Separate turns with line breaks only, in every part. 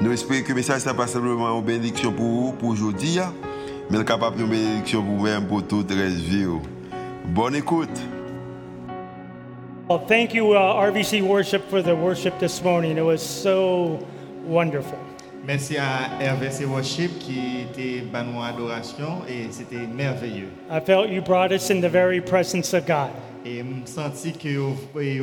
Nous espérons que le message n'est pas simplement une bénédiction pour vous, pour aujourd'hui, mais capable une bénédiction pour vous-même, pour toute la vie. Bonne écoute.
Well, thank you, uh, RVC Worship, for the worship this morning. It was so wonderful.
Merci à RVC Worship qui était banou adoration et c'était merveilleux.
I felt you brought us in the very presence of God.
Et je senti que vous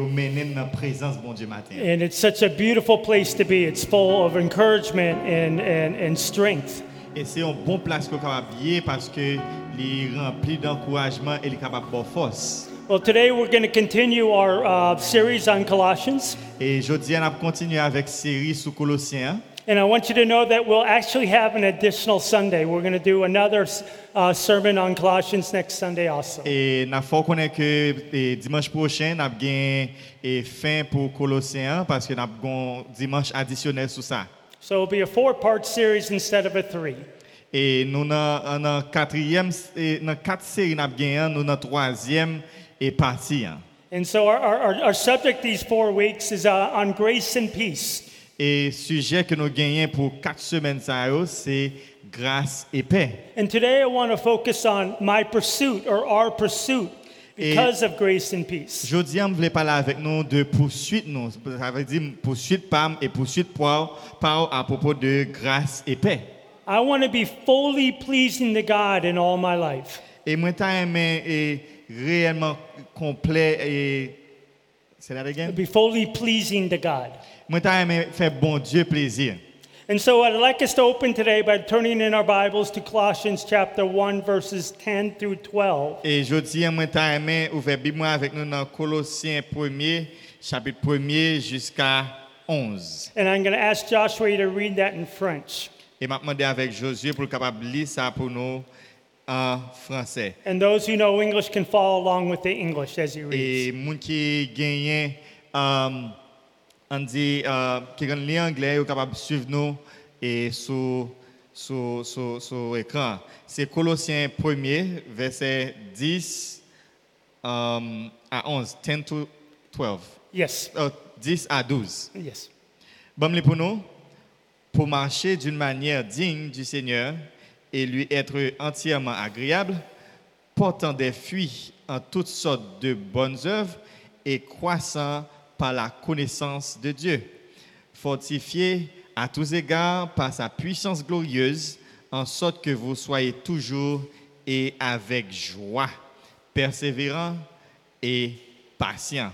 menez dans la présence bon Dieu matin.
And it's such a beautiful place to be. It's full of encouragement and, and, and strength.
Et c'est un bon place que vous capable parce que il est rempli d'encouragement et il est capable de bonne force.
Well, today we're going to continue our uh, series on Colossians.
Et jeudi, on a continué avec série sous Colossiens.
And I want you to know that we'll actually have an additional Sunday. We're going to do another uh, sermon on Colossians next Sunday also.
Et n'a faut qu'on ait que eh, dimanche prochain, n'a bien et fin pour Colossiens parce que n'a gon dimanche additionnel sous ça.
So it'll be a four part series instead of a three.
Et nous dans dans quatrième eh, dans quatre séries n'a bien nous dans troisième et partie. hein.
And so our, our, our- our subject these four weeks is uh, on grace and peace.
Et sujet que nous gagnons pour quatre semaines ça yo, e c'est grâce et paix.
And today I want to focus on my pursuit or our pursuit because of grace and peace.
Jodi, on voulait parler avec nous de poursuite, nous. Ça veut dire poursuite pam e et poursuite par, par à propos de e grâce et paix.
I want to be fully pleasing to God in all my life.
Et moi, t'as aimé et réellement complet et. C'est e, la
To
again?
be fully pleasing to God.
Moi, t'as aimé faire bon Dieu plaisir.
And so I'd like us to open today by turning in our Bibles to Colossians chapter 1, verses 10 through 12.
Et jodi, moi, t'as aimé ouvrir Bible avec nous dans Colossiens 1er, chapitre 1er jusqu'à 11.
And I'm going to ask Joshua to read that in French.
Et m'a demandé avec Josué pour le capable de lire ça pour nous en français.
And those who know English can follow along with the English as he reads.
Et moun ki genyen um, an di euh, ki gen li anglè yo kapab suiv nou e sou sou sou sou ekran. C'est Colossiens 1er verset 10 um, à 11, 10 to 12.
Yes.
Euh, 10 à 12.
Yes.
Bon, les pour nous, pour marcher d'une manière digne du Seigneur et lui être entièrement agréable, portant des fruits en toutes sortes de bonnes œuvres et croissant par la connaissance de Dieu, fortifié à tous égards par sa puissance glorieuse, en sorte que vous soyez toujours et avec joie, persévérant et patient.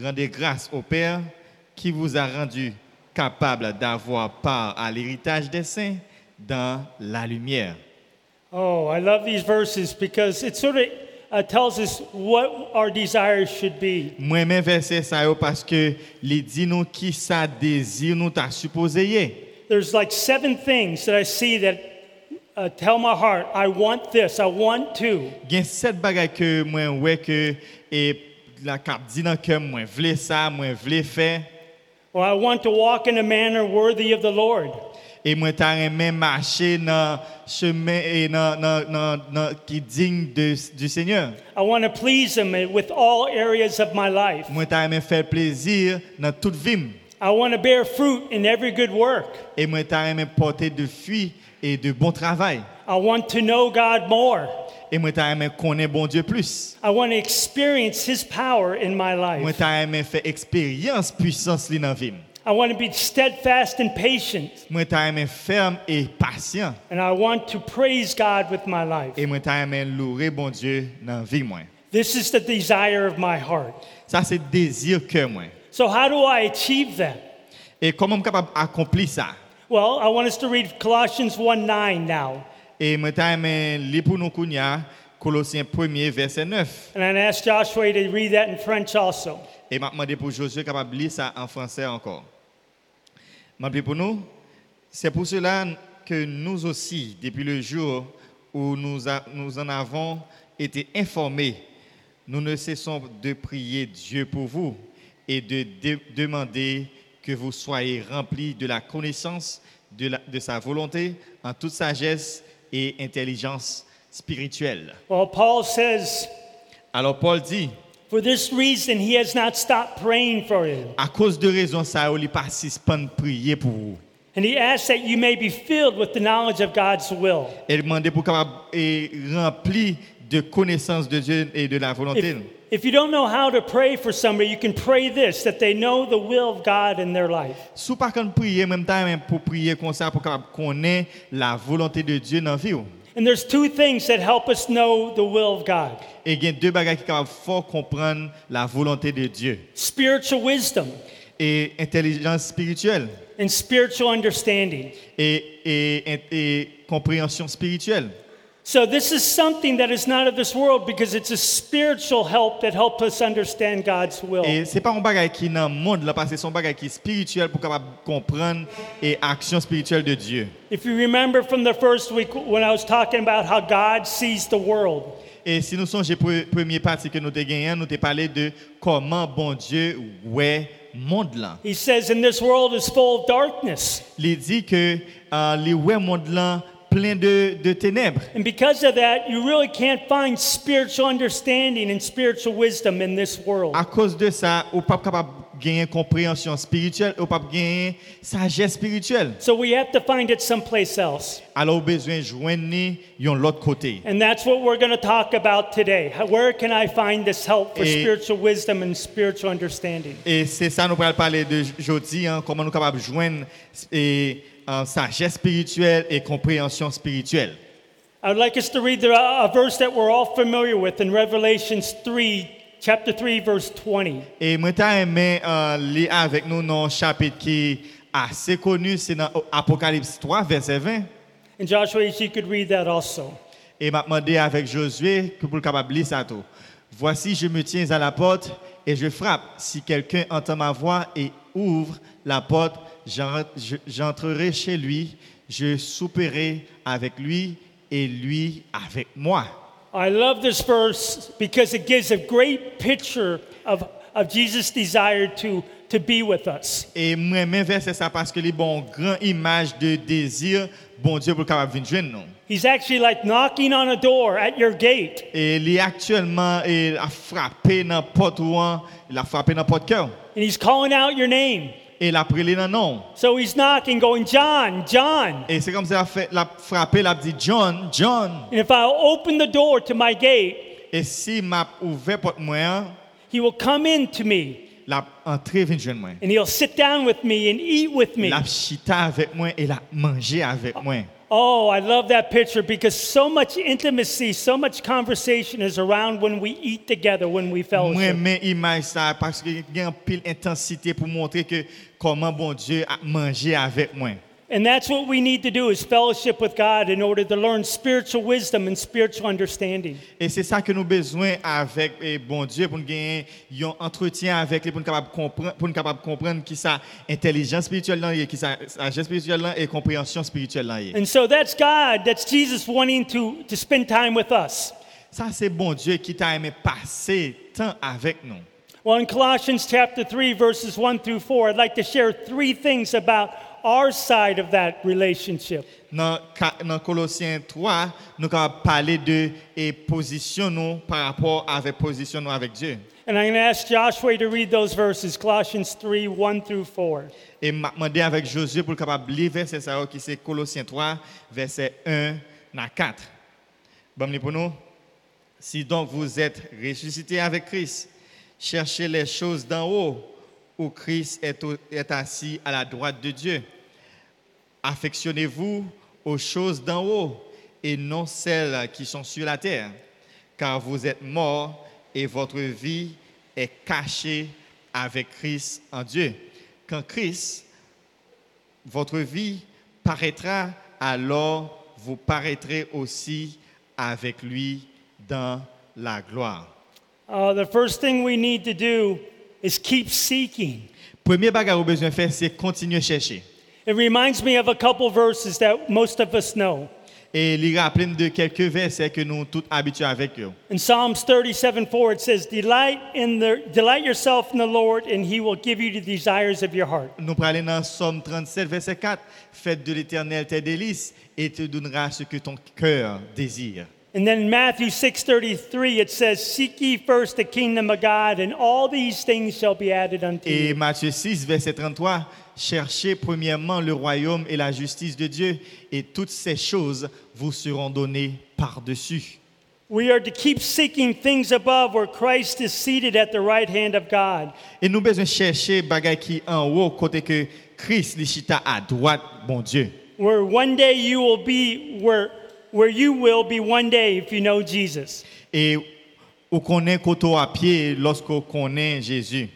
Rendez grâce au Père qui vous a rendu capable d'avoir part à l'héritage des saints dans la lumière.
Oh, I love these verses because it sort of uh, tells us what our desires should be.
Moi, même verset ça yo parce que les dit nous qui ça désire nous t'a supposé y est.
There's like seven things that I see that uh, tell my heart, I want this, I want to.
Gen sept bagay que moi ouais que et la cap dit dans que moi vle ça, moi vle faire
Or I want to walk in a manner worthy of the Lord.
et moi t'a aimé marcher dans chemin et dans dans dans- dans- qui digne de, du Seigneur.
I want to please Him with all areas of my life.
Moi t'a aimé faire plaisir dans toute vie
I want to bear fruit in every good work.
et moi t'a aimé porter de fuit et de bon travail
I want to know God more.
et moi t'a aimé connaître bon Dieu plus.
I want to experience His power in my
Moi
life.
t'a aimé faire expérience puissance li dans vie.
I want to be steadfast and patient.
Moi t'a e aimé ferme et patient
And I want to praise God with my life.
et moi e t'a aimé louer bon Dieu dans vie moi.
This is the desire of my heart.
Ça c'est désir que moi.
So, how do I achieve that?
Et comment je capable accomplir ça
Well, I want us to read Colossians 1 9 now.
Et moi E t'a aimé lire pour nous kounya, Colossiens 1er verset 9.
And I asked Joshua to read that in French also.
Et m'a demandé pour Josué capable lire ça en français encore. M'a demandé pour nous, c'est pour cela que nous aussi, depuis le jour où nous, a- nous en avons été informés, nous ne cessons de prier Dieu pour vous et de, dé- demander que vous soyez remplis de la connaissance de, la- de sa volonté en toute sagesse et intelligence spirituelle.
Well, Paul says,
Alors Paul dit,
For this reason, he has not stopped praying for you.
à cause de raison ça, il pas suspend prier pour vous.
And he asks that you may be filled with the knowledge of God's will.
et demander pour capable et rempli de connaissance de Dieu et de la volonté.
If, if you don't know how to pray for somebody, you can pray this that they know the will of God in their life.
Sou pa kan prier même temps même pour prier comme ça pour capable connaître la volonté de Dieu dans la vie. ou.
And there's two things that help us know the will of God
Et il y a deux bagages qui capable fort comprendre la volonté de Dieu
spiritual wisdom
et intelligence spirituelle
and spiritual understanding.
et, et- et compréhension spirituelle.
So, this is something that is not of this world because it's a spiritual help that helps us understand God's will.
Et c'est pas un bagage qui est dans le monde là parce que c'est un bagage qui est spirituel pour capable comprendre et action spirituelle de Dieu.
If you remember from the first week when I was talking about how God sees the world,
Et si nous songeons pre- premier parti que nous avons gagné, nous avons parlé de comment bon Dieu ouais monde là.
He says, And this world is full of darkness.
Il dit que euh, les ouais monde là plein de, de ténèbres.
And because of that, you really can't find spiritual understanding and spiritual wisdom in this world.
À cause de ça, on pas capable de gagner compréhension spirituelle, on pas capable de gagner sagesse spirituelle.
So we have to find it someplace else.
Alors on a besoin de joindre yon l'autre côté.
And that's what we're going to talk about today. How- Where can I find this help for
Eh.
spiritual wisdom and spiritual understanding?
Et c'est ça nous allons parler de aujourd'hui, hein, comment nous sommes capables de joindre et, euh, sagesse spirituelle et compréhension spirituelle.
I would like us to read the, a verse that we're all familiar with in Revelations 3, chapter 3, verse 20.
Et moi, t'as aimé euh, lire avec nous dans un chapitre qui est assez connu, c'est dans Apocalypse 3, verset 20.
And Joshua, if you could read that also.
Et m'a demandé avec Josué que pour le capable de lire ça tout. Voici, je me tiens à la porte et je frappe. Si quelqu'un entend ma voix et ouvre la porte, j'en- je- j'entrerai chez lui, je souperai avec lui et lui avec moi.
I love this verse because it gives a great picture of, of Jesus' desire to, to be with us.
Et moi, même verset ça parce que les bon grand image de désir, bon Dieu pour le capable de venir joindre nous.
He's actually like knocking on a door at your gate,
Et il est actuellement, il a frappé dans porte ou un, il a frappé dans porte cœur.
and he's calling out your name.
Et il a pris dans nom.
So he's knocking, going, John, John.
Et c'est comme ça il a frappé, il a dit John, John.
And if I open the door to my gate,
Et si m'a ouvert porte moi, hein,
he will come in to me,
il a entré venir joindre moi.
and he'll sit down with me and eat with me.
Il a chita avec moi et il a mangé avec moi.
Oh, I love that picture because so much intimacy, so much conversation is around when we eat together, when we
Moi,
fellowship.
mais image ça parce que il y a une pile intensité pour montrer que comment bon Dieu a mangé avec moi.
And that's what we need to do is fellowship with God in order to learn spiritual wisdom and spiritual understanding.
Et c'est ça que nous avons besoin avec eh, bon Dieu pour nous gagner un entretien avec lui pour nous capable comprendre pour nous capable comprendre qui ça intelligence spirituelle là et qui ça sagesse spirituelle là et compréhension spirituelle là. est.
And so that's God, that's Jesus wanting to, to spend time with us.
Ça c'est bon Dieu qui t'a aimé passer temps avec nous.
Well, in Colossians chapter 3, verses 1 through 4, I'd like to share three things about our side of that relationship.
Dans, Ca- dans Colossiens 3, nous allons parler de et position nous par rapport avec position nous avec Dieu.
And I'm going to ask Joshua to read those verses, Colossians 3, 1 through 4.
Et m'a demandé avec Josué pour le capable de lire verset ça yo, qui c'est Colossiens 3 verset 1 à 4. Bon les pour nous. Si donc vous êtes ressuscité avec Christ, cherchez les choses d'en haut où Christ est, au- est assis à la droite de Dieu. Affectionnez-vous aux choses d'en haut et non celles qui sont sur la terre, car vous êtes morts et votre vie est cachée avec Christ en Dieu. Quand Christ, votre vie, paraîtra, alors vous paraîtrez aussi avec lui dans la gloire.
Uh, the first thing we need to do is keep seeking.
Premier bagage au besoin de faire, c'est continuer à chercher.
It reminds me of a couple verses that most of us know.
Et il rappelle de quelques versets que nous tous habitués avec eux.
In Psalms 37 4, it says, delight, in the, delight yourself in the Lord, and he will give you the desires of your heart.
Nous parlons dans Somme 37, verset 4. Faites de l'éternel tes délices et il te donnera ce que ton cœur désire.
And then Matthew 6 33, it says, Seek ye first the kingdom of God, and all these things shall be added unto you.
Et Matthieu 6, verset 33. Cherchez premièrement le royaume et la justice de Dieu et toutes ces choses vous seront données par-dessus.
We are to keep seeking things above where Christ is seated at the right hand of God.
Et nous besoin chercher bagay qui en haut côté que Christ li chita à droite, bon Dieu.
Where one day you will be where where you will be one day if you know Jesus.
Et ou connaît koto à pied lorsqu'on connaît Jésus.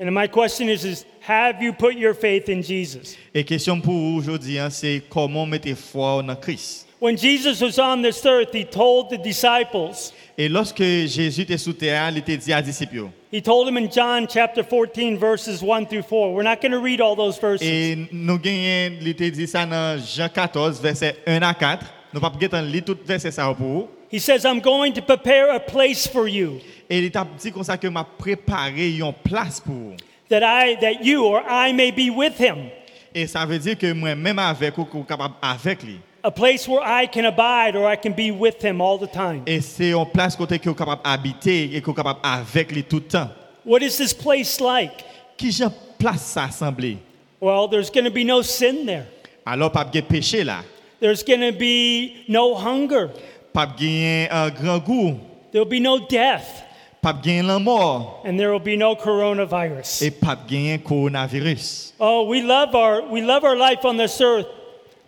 And my question is, is have you put your faith in Jesus?
Et question pour vous aujourd'hui, hein, c'est comment mettre foi en Christ.
When Jesus was on this earth, he told the disciples,
Et lorsque Jésus était sous terre, il était dit à disciples.
he told them in John chapter 14, verses 1 through 4. We're not going to read all those verses.
Et nous gagnons, il était dit ça dans Jean 14, verset 1 à 4. Nous pas pas lire tout verset ça pour vous.
He says, I'm going to prepare a place for you
Et il t'a dit comme ça que m'a préparé une place pour vous.
that I that you or I may be with him.
Et ça veut dire que moi-même avec vous, qu'on capable avec lui.
a place where I can abide or I can be with him all the time.
Et c'est une place côté qu'on capable habiter et qu'on capable avec lui tout le temps.
What is this place like?
Qui j'en place ça semblé?
Well, there's going to be no sin there.
Alors pas de péché là.
There's going to be no hunger.
Pas gagner un grand goût,
There'll be no death.
pas gagner la mort
And there will be no coronavirus.
et pas gagner coronavirus.
oh, we love our we love our life on this earth,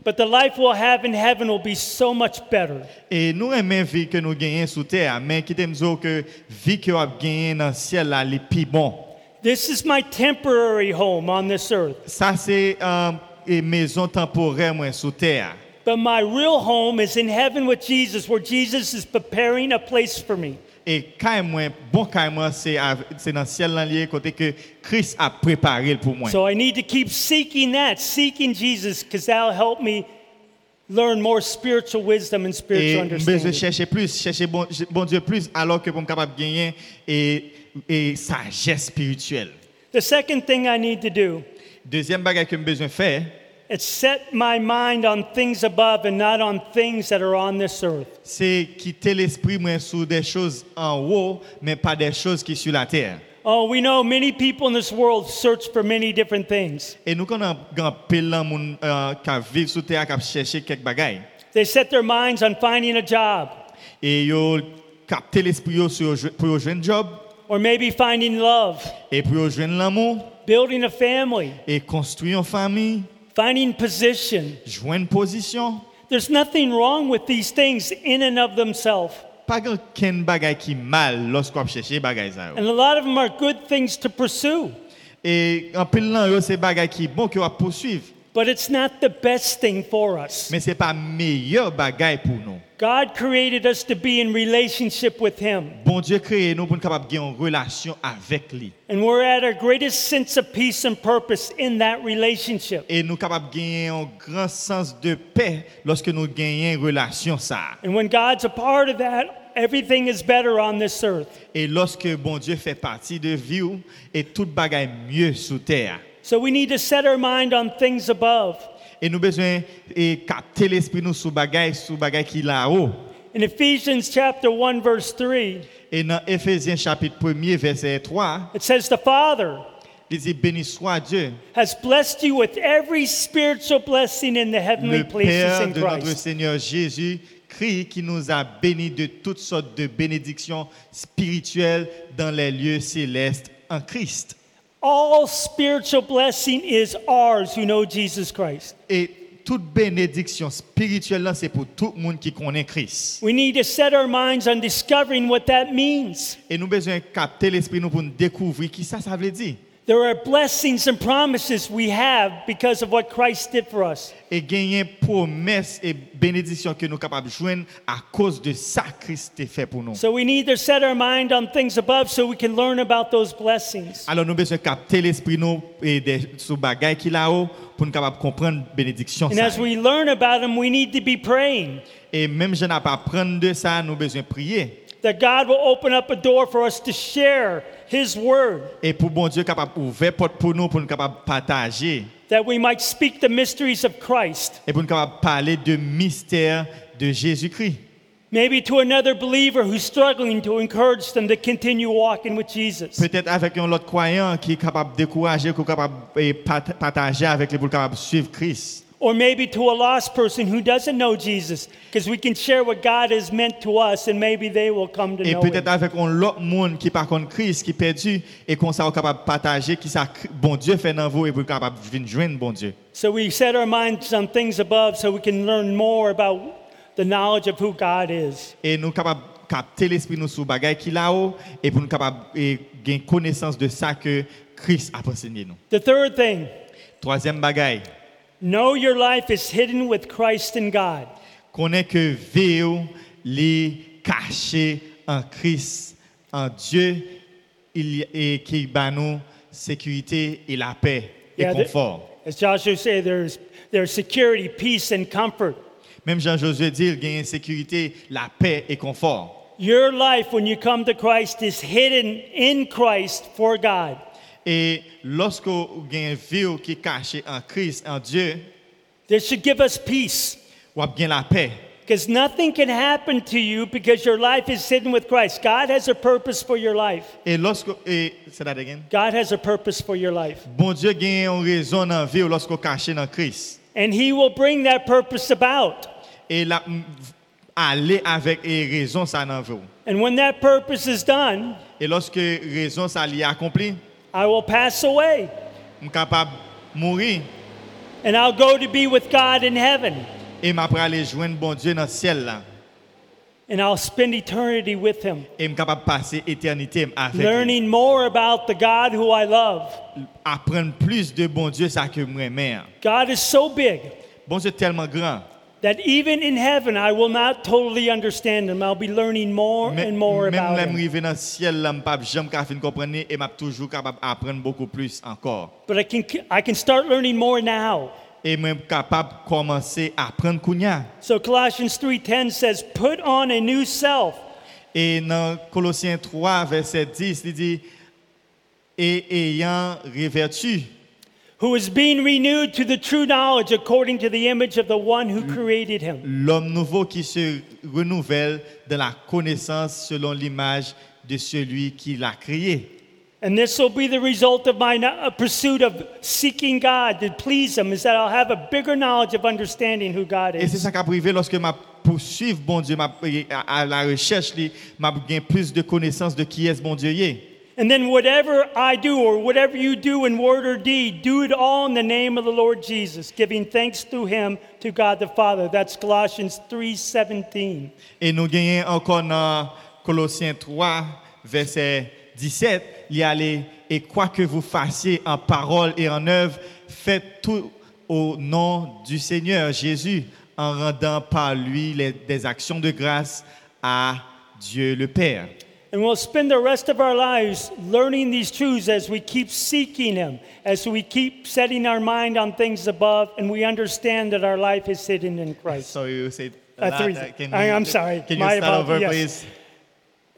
but the life we'll have in heaven will be so much better.
Et nous aimons vie que nous gagnons sur terre, mais qui t'aime dire que vie que nous gagnons dans le ciel là, les plus bon.
This is my temporary home on this earth,
Ça c'est euh, une maison temporaire moi sur terre.
but my real home is in heaven with Jesus, where Jesus is preparing a place for me.
Et quand moi, bon quand moi, c'est av- c'est dans le ciel là, lié côté que Christ a préparé pour moi.
So I need to keep seeking that, seeking Jesus, because that'll help me learn more spiritual wisdom and
Et
spiritual
je besoin
understanding.
chercher plus, chercher bon, bon Dieu plus, alors que pour me capable de gagner et, et sagesse spirituelle.
The second thing I need to do
Deuxième bagage que j'ai besoin de faire,
is set my mind on things above and not on things that are on this earth.
c'est quitter l'esprit moi sur des choses en haut, mais pas des choses qui sont sur la terre.
Oh, we know many people in this world search for many different things.
Et nous, quand on a pile de monde euh, qui vivent sur terre, qui chercher quelques bagages,
They set their minds on finding a job,
et ils captent l'esprit yo sur- pour jouer un job,
or maybe finding love,
et pour jouer l'amour,
building a family,
et construire une famille,
finding position.
jouer une position.
There's nothing wrong with these things in and of themselves.
Pas grand ken bagay qui mal lorsqu'on cherche bagay ça. yo.
And a lot of them are good things to pursue,
Et en pile là, yo, c'est bagay qui bon qui va poursuivre,
but it's not the best thing for us.
mais c'est pas meilleur bagay pour nous.
God created us to be in relationship with Him,
Bon Dieu créé nous pour nous capable gagner une relation avec lui
and we're at our greatest sense of peace and purpose in that relationship.
et nous capable gagner un grand sens de paix lorsque nous gagnons une relation ça.
And when God's a part of that, everything is better on this earth.
Et lorsque bon Dieu fait partie de vie ou, et tout bagay mieux sous terre.
So we need to set our mind on things above.
Et nous besoin et capter l'esprit nous sous bagay sous bagay qui là-haut.
In Ephesians chapter 1 verse 3,
Et dans Éphésiens chapitre 1er verset 3,
it says the Father
Il dit béni soit Dieu,
has blessed you with every spiritual blessing in the heavenly
le
places
Père
in
de notre
Christ.
Seigneur Jésus, Christ, qui nous a bénis de toutes sortes de bénédictions spirituelles dans les lieux célestes en Christ.
All spiritual blessing is ours who know Jesus Christ.
Et toute bénédiction spirituelle, là, c'est pour tout le monde qui connaît Christ.
We need to set our minds on discovering what that means.
Et nous avons besoin de capter l'esprit nous pour nous découvrir qui ça, ça veut dire.
There are blessings and promises we have because of what Christ did for us.
et gagner promesses et bénédictions que nous sommes capables de joindre à cause de ça que Christ a fait pour nous.
So we need to set our mind on things above so we can learn about those blessings.
Alors nous besoin de capter l'esprit nous et des sous bagailles qu'il a haut pour nous capables de comprendre bénédiction
And
ça.
as we learn about them, we need to be praying
Et même je n'ai pas apprendre de ça, nous besoin de prier.
that God will open up a door for us to share His word,
Et pour bon Dieu capable ouvrir porte pour nous pour nous capables de partager
that we might speak the mysteries of Christ,
et pour nous capables de parler de mystère de Jésus-Christ.
maybe to another believer who's struggling to encourage them to continue walking with Jesus.
Peut-être avec un autre croyant qui est capable de décourager, qui est capable de pat- partager avec lui pour capable de suivre Christ.
Or maybe to a lost person who doesn't know Jesus, because we can share what God has meant to us and maybe they will come to
Et
know
peut-être
Him.
avec un autre monde qui par contre Christ, qui est perdu, et qu'on soit capable de partager qui ça bon Dieu fait dans vous et pour capable de venir joindre bon Dieu.
So we set our minds on things above so we can learn more about the knowledge of who God is.
Et nous capables de capter l'esprit nous sous bagaille qui là-haut et pour nous capables de gagner connaissance de ça que Christ a enseigné nous.
The third thing,
Troisième bagaille,
know your life is hidden with Christ in God.
connaît que Véo les caché en Christ, en Dieu, il, et qui bat nous sécurité et la paix et
Yeah, the-
confort.
As Joshua said, there's, there's security, peace, and comfort.
Même Jean-Josué dit, il gagne sécurité, la paix et confort.
Your life, when you come to Christ, is hidden in Christ for God.
Et lorsque vous gagnez vie qui est cachée en Christ, en Dieu,
This should give us peace.
vous avez la paix.
Because nothing can happen to you because your life is hidden with Christ. God has a purpose for your life.
Et lorsque, et, say that again.
God has a purpose for your life.
Bon Dieu gagne une raison dans la vie lorsque vous cachez dans Christ.
And He will bring that purpose about.
Et là, mm, allez avec et raison ça dans vous.
And when that purpose is done,
Et lorsque raison ça l'y accompli,
I will pass away
je suis capable de mourir
and I'll go to be with God in heaven.
et je vais aller joindre bon Dieu dans le ciel là.
And I'll spend eternity with Him,
Et je suis capable de passer l'éternité avec lui.
learning more about the God who I love.
Apprendre plus de bon Dieu ça que moi mère.
God is so big
Bon Dieu tellement grand.
that even in heaven, I will not totally understand Him. I'll be learning more
Mais-
and more
même
about
là,
Him.
je suis dans le ciel, là, je ne suis jamais capable de comprendre et je suis toujours capable d'apprendre beaucoup plus encore.
But I can, I can start learning more now.
Et je suis capable de commencer à apprendre Kounia.
So Colossians 3:10 says, "Put on a new self."
Et dans Colossiens 3, verset 10, il dit Et ayant revêtu,
Who is being renewed to the true knowledge according to the image of the one who created him.
l'homme nouveau qui se renouvelle de la connaissance selon l'image de celui qui l'a créé.
And this will be the result of my no- uh, pursuit of seeking God to please Him, is that I'll have a bigger knowledge of understanding who God
Et c'est
is.
ça qui a privé lorsque ma poursuivre bon Dieu, ma, à à la recherche, je gagne plus de connaissance de qui est bon Dieu. il est.
And then whatever I do or whatever you do in word or deed, do it all in the name of the Lord Jesus, giving thanks through Him to God the Father. That's Colossians 3:17.
Et nous gagnons encore dans Colossiens 3, verset 17, il y a les, et quoi que vous fassiez en parole et en œuvre, faites tout au nom du Seigneur Jésus, en rendant par lui les- des actions de grâce à Dieu le Père.
And we'll spend the rest of our lives learning these truths as we keep seeking Him, as we keep setting our mind on things above, and we understand that our life is hidden in Christ.
So you said
a Uh, lot. three. Can you- I- I'm sorry. can you My start apology, over, yes. please?
please?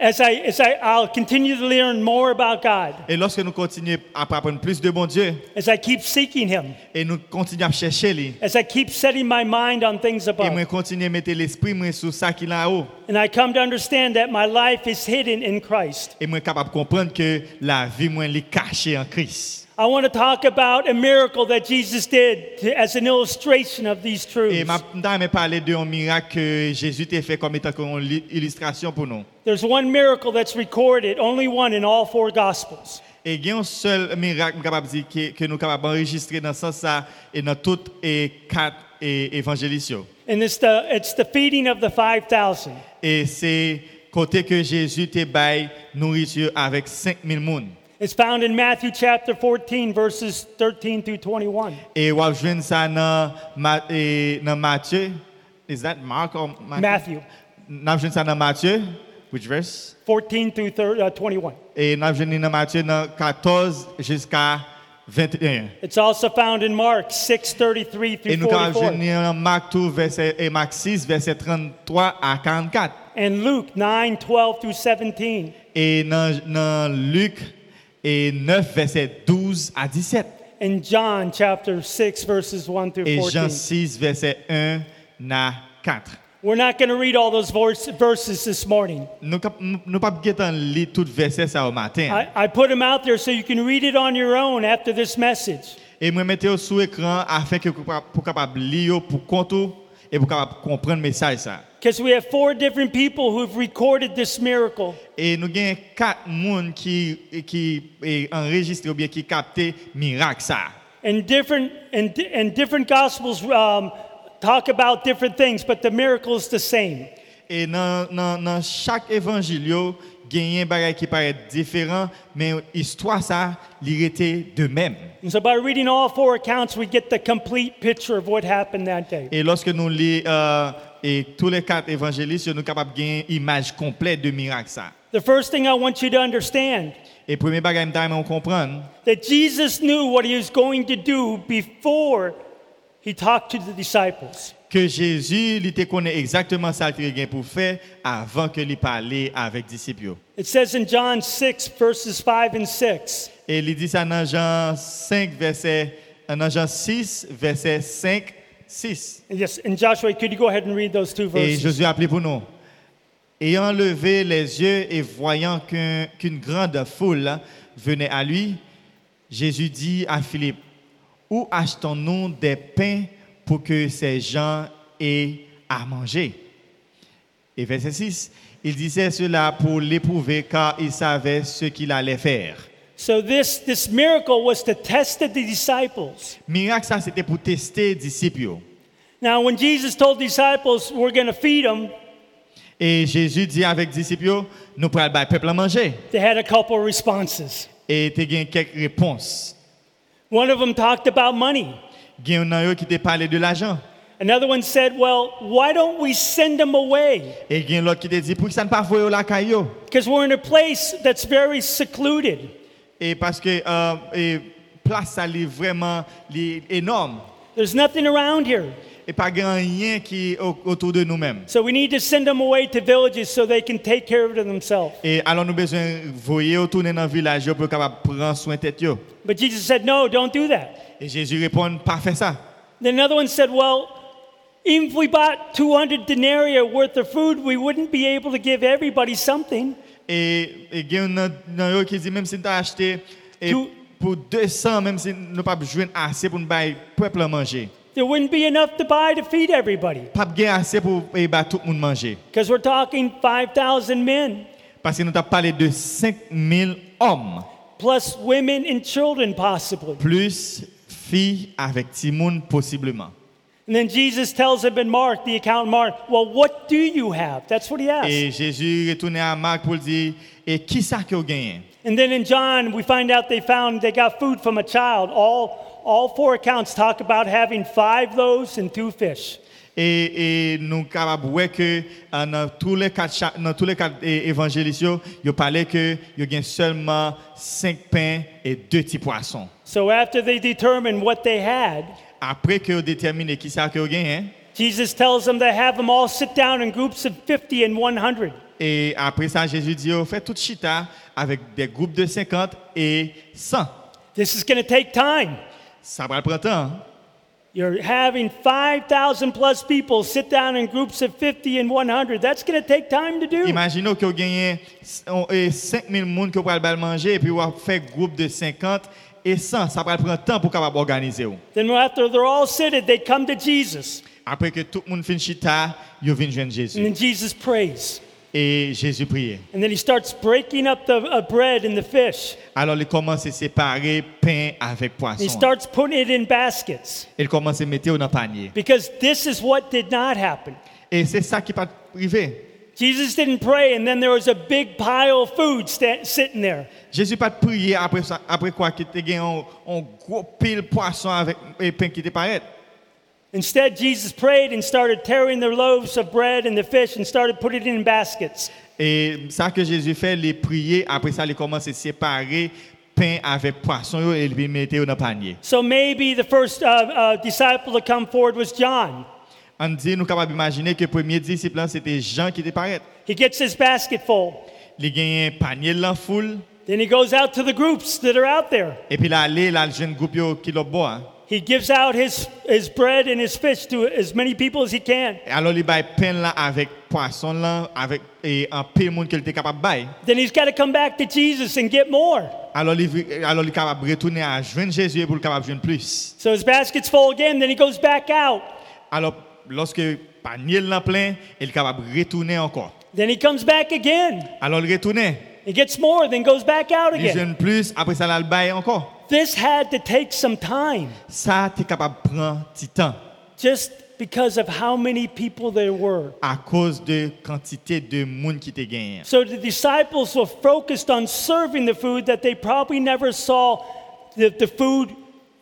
As I, as I, I'll continue to learn more about God,
Et lorsque nous continuons à apprendre plus de bon Dieu,
as I keep seeking Him,
et nous continuons à chercher lui,
as I keep setting my mind on things
et nous
above,
continuons à mettre l'esprit moi, sur ça qui est là-haut,
and I come to understand that my life is hidden in Christ.
Et moi capable de comprendre que la vie moi est cachée en Christ.
I want to talk about a miracle that Jesus did to- as an illustration of these
Et
truths.
maintenant, je parler d'un miracle que Jésus t'a fait comme étant une li- illustration pour nous.
There's one miracle that's recorded, only one in all four Gospels.
Et il y a un seul miracle nous capable de dire que, que nous sommes capables d'enregistrer dans ce sens ça et dans toutes les quatre é- évangélistes. yo.
And it's the, it's the feeding of the 5,000.
Et c'est côté que Jésus t'a bail nourriture avec 5000 personnes.
It's found in Matthew chapter 14, verses 13 through 21.
E wap jwen sa nan, ma, e, nan Matthew. Is that Mark or Matthew?
Matthew
Nan jwen sa nan Matthew. Which verse?
14 through thir uh, 21.
E nan jwen nan Matthew nan 14 jusqu'à 21.
It's also found in Mark 6:33
E
through
nou ka
44
jwen nan Mark 2 verset, e Mark 6 verset 33 à 44.
and Luke 9:12 through 17
E nan, nan Luc e 9 verset 12 à 17.
and John chapter 6 verses 1 through
Et E Jean
14.
6 verset 1 à 4.
We're not going to read all those voice, verses this morning.
Nou kap nou pap getan li tout verset sa au matin.
I, I put them out there so you can read it on your own after this message.
Et moi mettez au sous écran afin que vous cap- pour capable lire yo, pour compte et pour capable comprendre message ça.
Because we have four different people who've recorded this miracle.
Et nous avons quatre personnes qui qui eh, enregistrent ou bien qui capté miracle ça.
And different, and, di- and different gospels um, talk about different things, but the miracle is the same.
Et dans dans dans chaque évangile yo gagne bagay qui paraît différent mais histoire ça li rete de même.
And so by reading all four accounts, we get the complete picture of what happened that day.
Et lorsque nous lisons et tous les quatre évangélistes, nous sommes capables de gagner une image complète de miracle. Ça.
The first thing I want you to understand
Et premier bagage, on comprend
that Jesus knew what he was going to do before he talked to the disciples.
que Jésus, il te connaît exactement ça qu'il a pour faire avant que lui parle avec les disciples. yo.
It says in John 6, verses 5 and 6.
Et il dit ça dans Jean 5, verset, euh, dans Jean 6, verset 5, 6.
Yes, and Joshua, could you go ahead and read those two
Et
verses?
Jésus a appelé pour nous. Ayant levé les yeux et voyant qu'un- qu'une grande foule venait à lui, Jésus dit à Philippe, Où achetons-nous des pains pour que ces gens aient à manger Et verset 6, il disait cela pour l'éprouver car il savait ce qu'il allait faire.
So this, this miracle was to test the disciples.
Miracle, ça c'était pour tester les disciples.
Now, when Jesus told disciples, we're going to feed them,
Et Jésus dit avec les disciples, Nous prenons le peuple à manger.
they had a couple of responses.
Et il y a quelques réponses.
One of them talked about money.
Il y en a qui te parlé de l'argent.
Another one said, well, why don't we send them away?
Et il y en a qui te dit, pour que ça ne pas voyer la caille. yo?
Because we're in a place that's very secluded.
Et parce que euh, et place, ça est vraiment li énorme.
There's nothing around here.
Et pas grand rien qui est au- autour de nous-mêmes.
So we need to send them away to villages so they can take care of it themselves.
Et alors nous besoin voyer retourner dans le village yo, pour capable prendre soin de tête. yo.
But Jesus said, no, don't do that.
Et Jésus répond, pas faire ça.
Then another one said, Well, even if we bought 200 denarii worth of food, we wouldn't be able to give everybody something.
Et et il y en a- il y en a qui dit, même si tu as acheté et
Tout-
pour 200, même si nous n'avons pas besoin assez pour nous bailler peuple à manger.
There wouldn't be enough to buy to feed everybody
Pas gain assez pour eh, bah, tout le monde manger.
because we're talking 5,000 men
Parce que nous avons parlé de 5000 hommes,
plus women and children, possibly.
plus filles avec Timoun possiblement.
And then Jesus tells him in Mark, the account in Mark, Well, what do you have? That's what he asks.
Et Jésus retournait à Marc pour lui dire, et qui ça que vous gagnez
And then in John, we find out they found they got food from a child. All, all four accounts talk about having five loaves and two fish.
Et, et nous capables ouais que euh, dans tous les quatre, cha- dans tous les quatre é- évangélistes, ils parlaient que ils gagnent seulement 5 pains et 2 petits poissons.
So after they determine what they had,
Après que vous déterminez qui ça que hein, vous gagnez,
Jesus tells them to have them all sit down in groups of 50 and 100.
et après ça, Jésus dit, oh, faites toute chita avec des groupes de 50 et 100.
This is going to take time.
Ça va prendre temps. hein.
You're having 5,000 plus people sit down in groups of 50 and 100. That's going to take time to do.
Imaginons que vous gagnez 5000 personnes que vous allez manger et puis vous fait groupe de 50 et 100. Ça va prendre temps pour capable organiser. ou.
Then after they're all seated, they come to Jesus.
Après que tout le monde finit chita, vous venez joindre
And
Jésus.
then Jesus prays.
Et Jésus priait.
And then he starts breaking up the uh, bread and the fish.
Alors il commence à séparer pain avec
And he
poisson.
starts putting it in baskets
Il commence à mettre dans le panier.
because this is what did not happen.
Et c'est ça qui va arriver.
Jesus didn't pray, and then there was a big pile of food sta- sitting there.
Jésus pas prié après, ça- après quoi qu'il te gagne un, un gros pile poisson avec et pain qui te paraît.
Instead, Jesus prayed and started tearing the loaves of bread and the fish and started putting it in baskets.
Et ça que Jésus fait, les prier, après ça, il commence à séparer pain avec poisson yo, et il mettre dans le panier.
So maybe the first uh, uh, disciple to come forward was John.
On dit, nous capables d'imaginer que le premier disciple, là, c'était Jean qui te paraît.
He gets his basket full.
Il gagne un panier là, en foule,
Then he goes out to the groups that are out there.
et puis là, aller, là, le jeune groupe yo qui hein. l'a boit.
He gives out his, his bread and his fish to as many people as he can.
Et Alors, il baille pain là avec poisson là, avec et un pile monde qu'il était capable de bailler.
Then he's got to come back to Jesus and get more.
Alors, il alors, il est capable de retourner à joindre Jésus pour le capable de joindre plus.
So his basket's full again. Then he goes back out.
Alors, lorsque le panier là plein, il est capable de retourner encore.
Then he comes back again.
Alors, il retournait.
He gets more, then goes back out
Les
again.
jeunes plus, après ça, là, le bail encore.
This had to take some time
Ça, tu es capable de prendre du temps
just because of how many people there were.
à cause de quantité de monde qui te gagne.
So the disciples were focused on serving the food that they probably never saw the, the food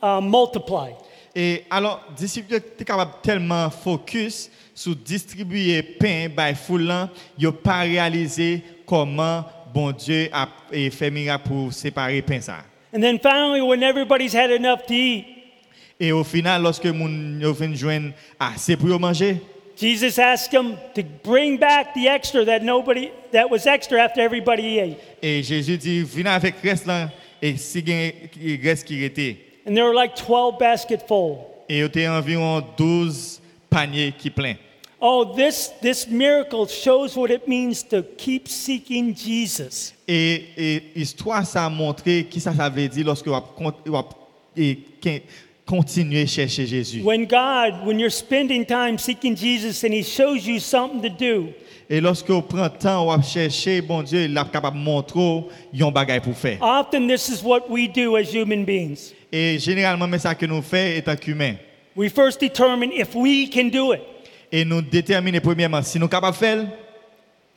uh, multiplied.
Et alors, disciples, tu es capable tellement focus sur distribuer pain, by foulant, ils n'ont pas réalisé comment bon Dieu a et fait miracle pour séparer pain ça.
And then finally, when everybody's had enough to eat,
Et au final, lorsque moun yo fin joindre assez pour yo manger,
Jesus asked them to bring back the extra that nobody that was extra after everybody ate.
et Jésus dit, venez avec reste là, et si gen reste qui était.
And there were like 12 basketful.
Et il y a environ 12 paniers qui pleins.
Oh, this this miracle shows what it means to keep seeking Jesus.
Et, et histoire, ça a montré qui ça, ça veut dire lorsque on va continuer à chercher Jésus.
When God, when you're spending time seeking Jesus and he shows you something to do,
Et lorsque on prend le temps, on va chercher, bon Dieu, il est capable de montrer un bagage pour faire.
often this is what we do as human beings.
Et généralement, mais ça que nous faisons est en humain.
We first determine if we can do it.
Et nous déterminer premièrement si nous sommes capables de faire,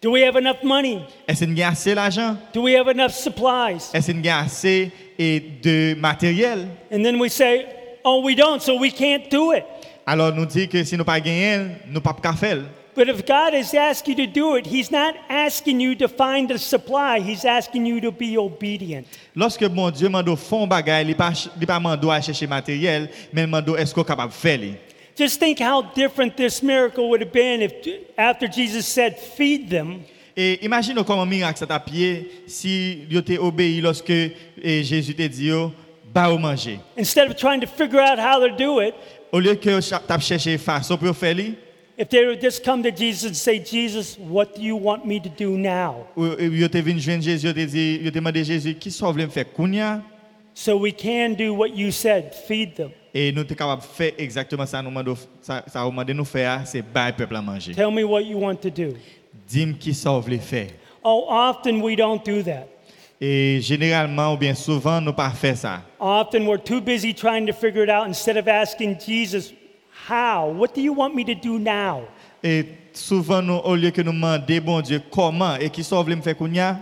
Do we have enough money?
est-ce que nous avons assez d'argent,
Do we have enough supplies?
est-ce que nous avons assez et de matériel.
And then we say, oh, we don't, so we can't do it.
Alors nous dit que si nous pas gagné, nous pas capable faire.
But if God has asked you to do it, He's not asking you to find a supply, He's asking you to be obedient.
Lorsque mon Dieu m'a font bagay, li pa, li pa mando à chercher matériel, mais mando est-ce qu'on est capable de faire li?
Just think how different this miracle would have been if, after Jesus said, Feed them,
Et imagine comment miracle ça t'a pied si yo t'es obéi lorsque eh, Jésus t'a dit yo, ba ou manger.
instead of trying to figure out how to do it,
Au lieu que chap- t'as cherché façon pour faire li,
if they would just come to Jesus and say, Jesus, what do you want me to do now?
ou- ou yo t'es venu joindre Jésus, yo t'es dit, yo t'es demandé Jésus, qui soit voulez me faire kounya?
So we can do what you said, feed them.
Et nous t'es capable de faire exactement ça nous mando, ça, ça ou mandé nous faire, c'est ba peuple à manger.
Tell me what you want to do.
Dis-moi qui soit voulez faire.
Oh, often we don't do that.
Et généralement ou bien souvent nous pas faire ça.
Often we're too busy trying to figure it out instead of asking Jesus, How? What do you want me to do now?
Et souvent, nous, au lieu que nous demander, bon Dieu, comment et qui sauve me faire kounya,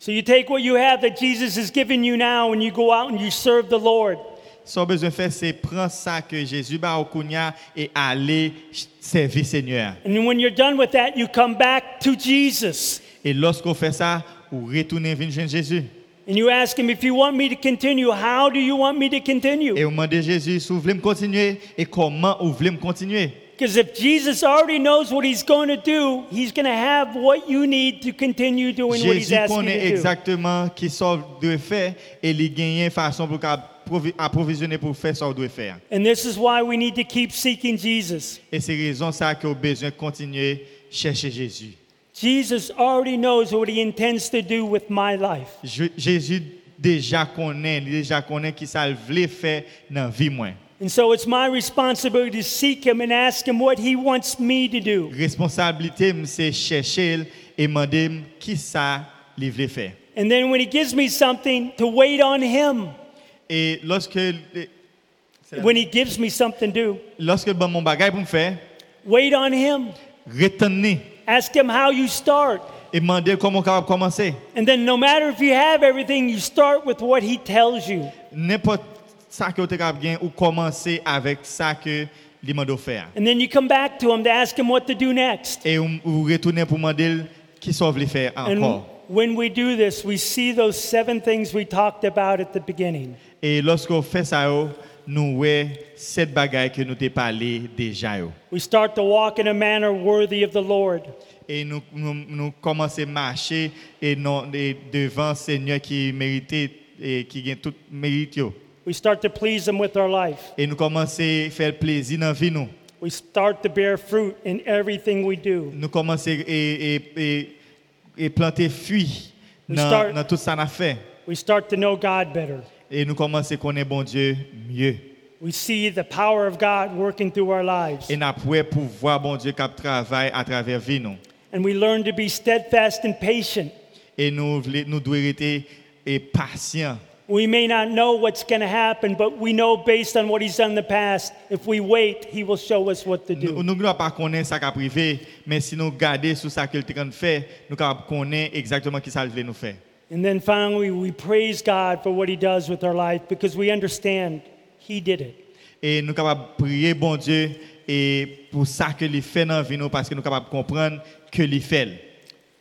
So you take what you have that Jesus has given you now and you go out and you serve the Lord.
sans besoin de faire, c'est prendre ça que Jésus bat au kounya et aller ch- servir Seigneur.
And when you're done with that, you come back to Jesus
Et lorsqu'on fait ça, on retourne venir joindre Jésus.
and you ask him, If you want me to continue, how do you want me to
Et
continue?
on demande à Jésus si vous voulez me continuer et comment vous voulez me continuer.
Because if Jesus already knows what he's going to do, he's going to have what you need to continue doing what he's
Jésus
asking you
connaît
to do.
exactement qui sauve doit faire et il gagne une façon pour qu'a provi- approvisionner pour faire ça qu'il doit faire.
And this is why we need to keep seeking Jesus.
Et c'est raison ça qu'on a besoin de continuer à chercher Jésus.
Jesus already knows what he intends to do with my life.
Je- Jésus déjà connaît, il déjà connaît qui ça le voulait faire dans la vie moi.
And so it's my responsibility to seek him and ask him what he wants me to do.
Responsabilité m, c'est chercher l et demander m qui ça il voulait faire.
And then when he gives me something, to wait on him.
Et lorsque le-
When he gives me something to do,
lorsque bon mon bagage pour me faire,
wait on him.
retenez
Ask Him how you start.
et demander comment on capable de commencer.
And then, no matter if you have everything, you start with what He tells you.
N'importe ça que vous êtes capable de gagner, ou commencer avec ça que lui m'a offert.
And then you come back to Him to ask Him what to do next.
Et vous vous retournez pour demander qui sauve les faire
And
encore.
when we do this, we see those seven things we talked about at the beginning.
Et lorsque vous faites ça, yo, nous voyons cette bagaille que nous t'ai parlé déjà. yo.
We start to walk in a manner worthy of the Lord.
Et nous, nous, nous commençons à marcher et non, et devant Seigneur qui mérite et qui gagne tout mérite. yo.
We start to please Him with our life.
Et nous commençons à faire plaisir dans la vie. Nous,
We start to bear fruit in everything we do.
nous commençons à et, et, et, et planter fuit
We
dans,
start-
dans tout ça qu'on a fait.
We start to know God better.
Et nous commençons à connaître bon Dieu mieux.
We see the power of God working through our lives.
Et nous pouvons pouvoir bon Dieu qui travaille à travers vie. Nous.
And we learn to be steadfast and patient.
Et nous, voulons- nous devons être et patients.
We may not know what's going to happen, but we know based on what He's done in the past, if we wait, He will show us what to
Nous
do.
ne devons pas connaître ça qui est privé, mais si nous regardons sur ça qu'il est en train de faire, nous devons connaître exactement ce qu'il veut nous faire.
And then finally, we praise God for what He does with our life because we understand He did it.
Et nous devons prier bon Dieu et pour ça qu'il fait dans la vie, nous, parce que nous sommes capables de comprendre que il fait.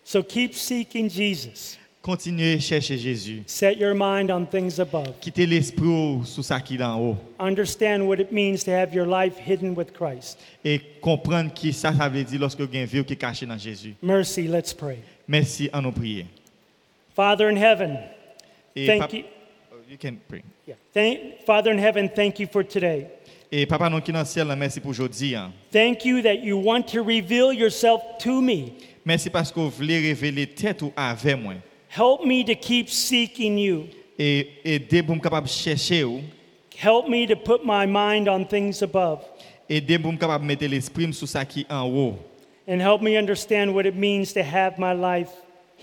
So keep seeking Jesus.
Continuez à chercher Jésus.
Set your mind on things above.
Quittez l'esprit sur ça qu'il est en haut
Understand what it means to have your life hidden with Christ.
et comprendre qui ça, ça veut dire lorsque vous avez une vie qui est cachée dans Jésus.
Mercy, let's pray.
Merci à nous prier.
Father in heaven,
Et
Thank
pap-
you.
Oh, you can pray.
yeah, thank, Father in heaven, thank you for today.
Et papa, nous qui sommes dans le ciel, merci pour aujourd'hui. hein.
Thank you that you want to reveal yourself to me.
Merci parce que vous voulez révéler tête ou avec moi.
Help me to keep seeking you.
et aider pour me capable chercher ou
Help me to put my mind on things above
aider pour me capable mettre l'esprit sur ça qui est en haut
and help me understand what it means to have my life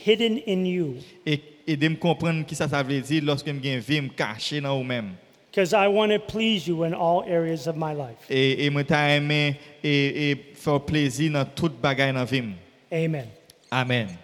hidden in you
et aider me comprendre qui ça ça veut dire lorsque me gagne vie me cacher dans ou même
because I want to please you in all areas of my life.
et et moi E, t'a e, aimé et et faire plaisir dans toute bagaille dans vie m.
Amen.
amen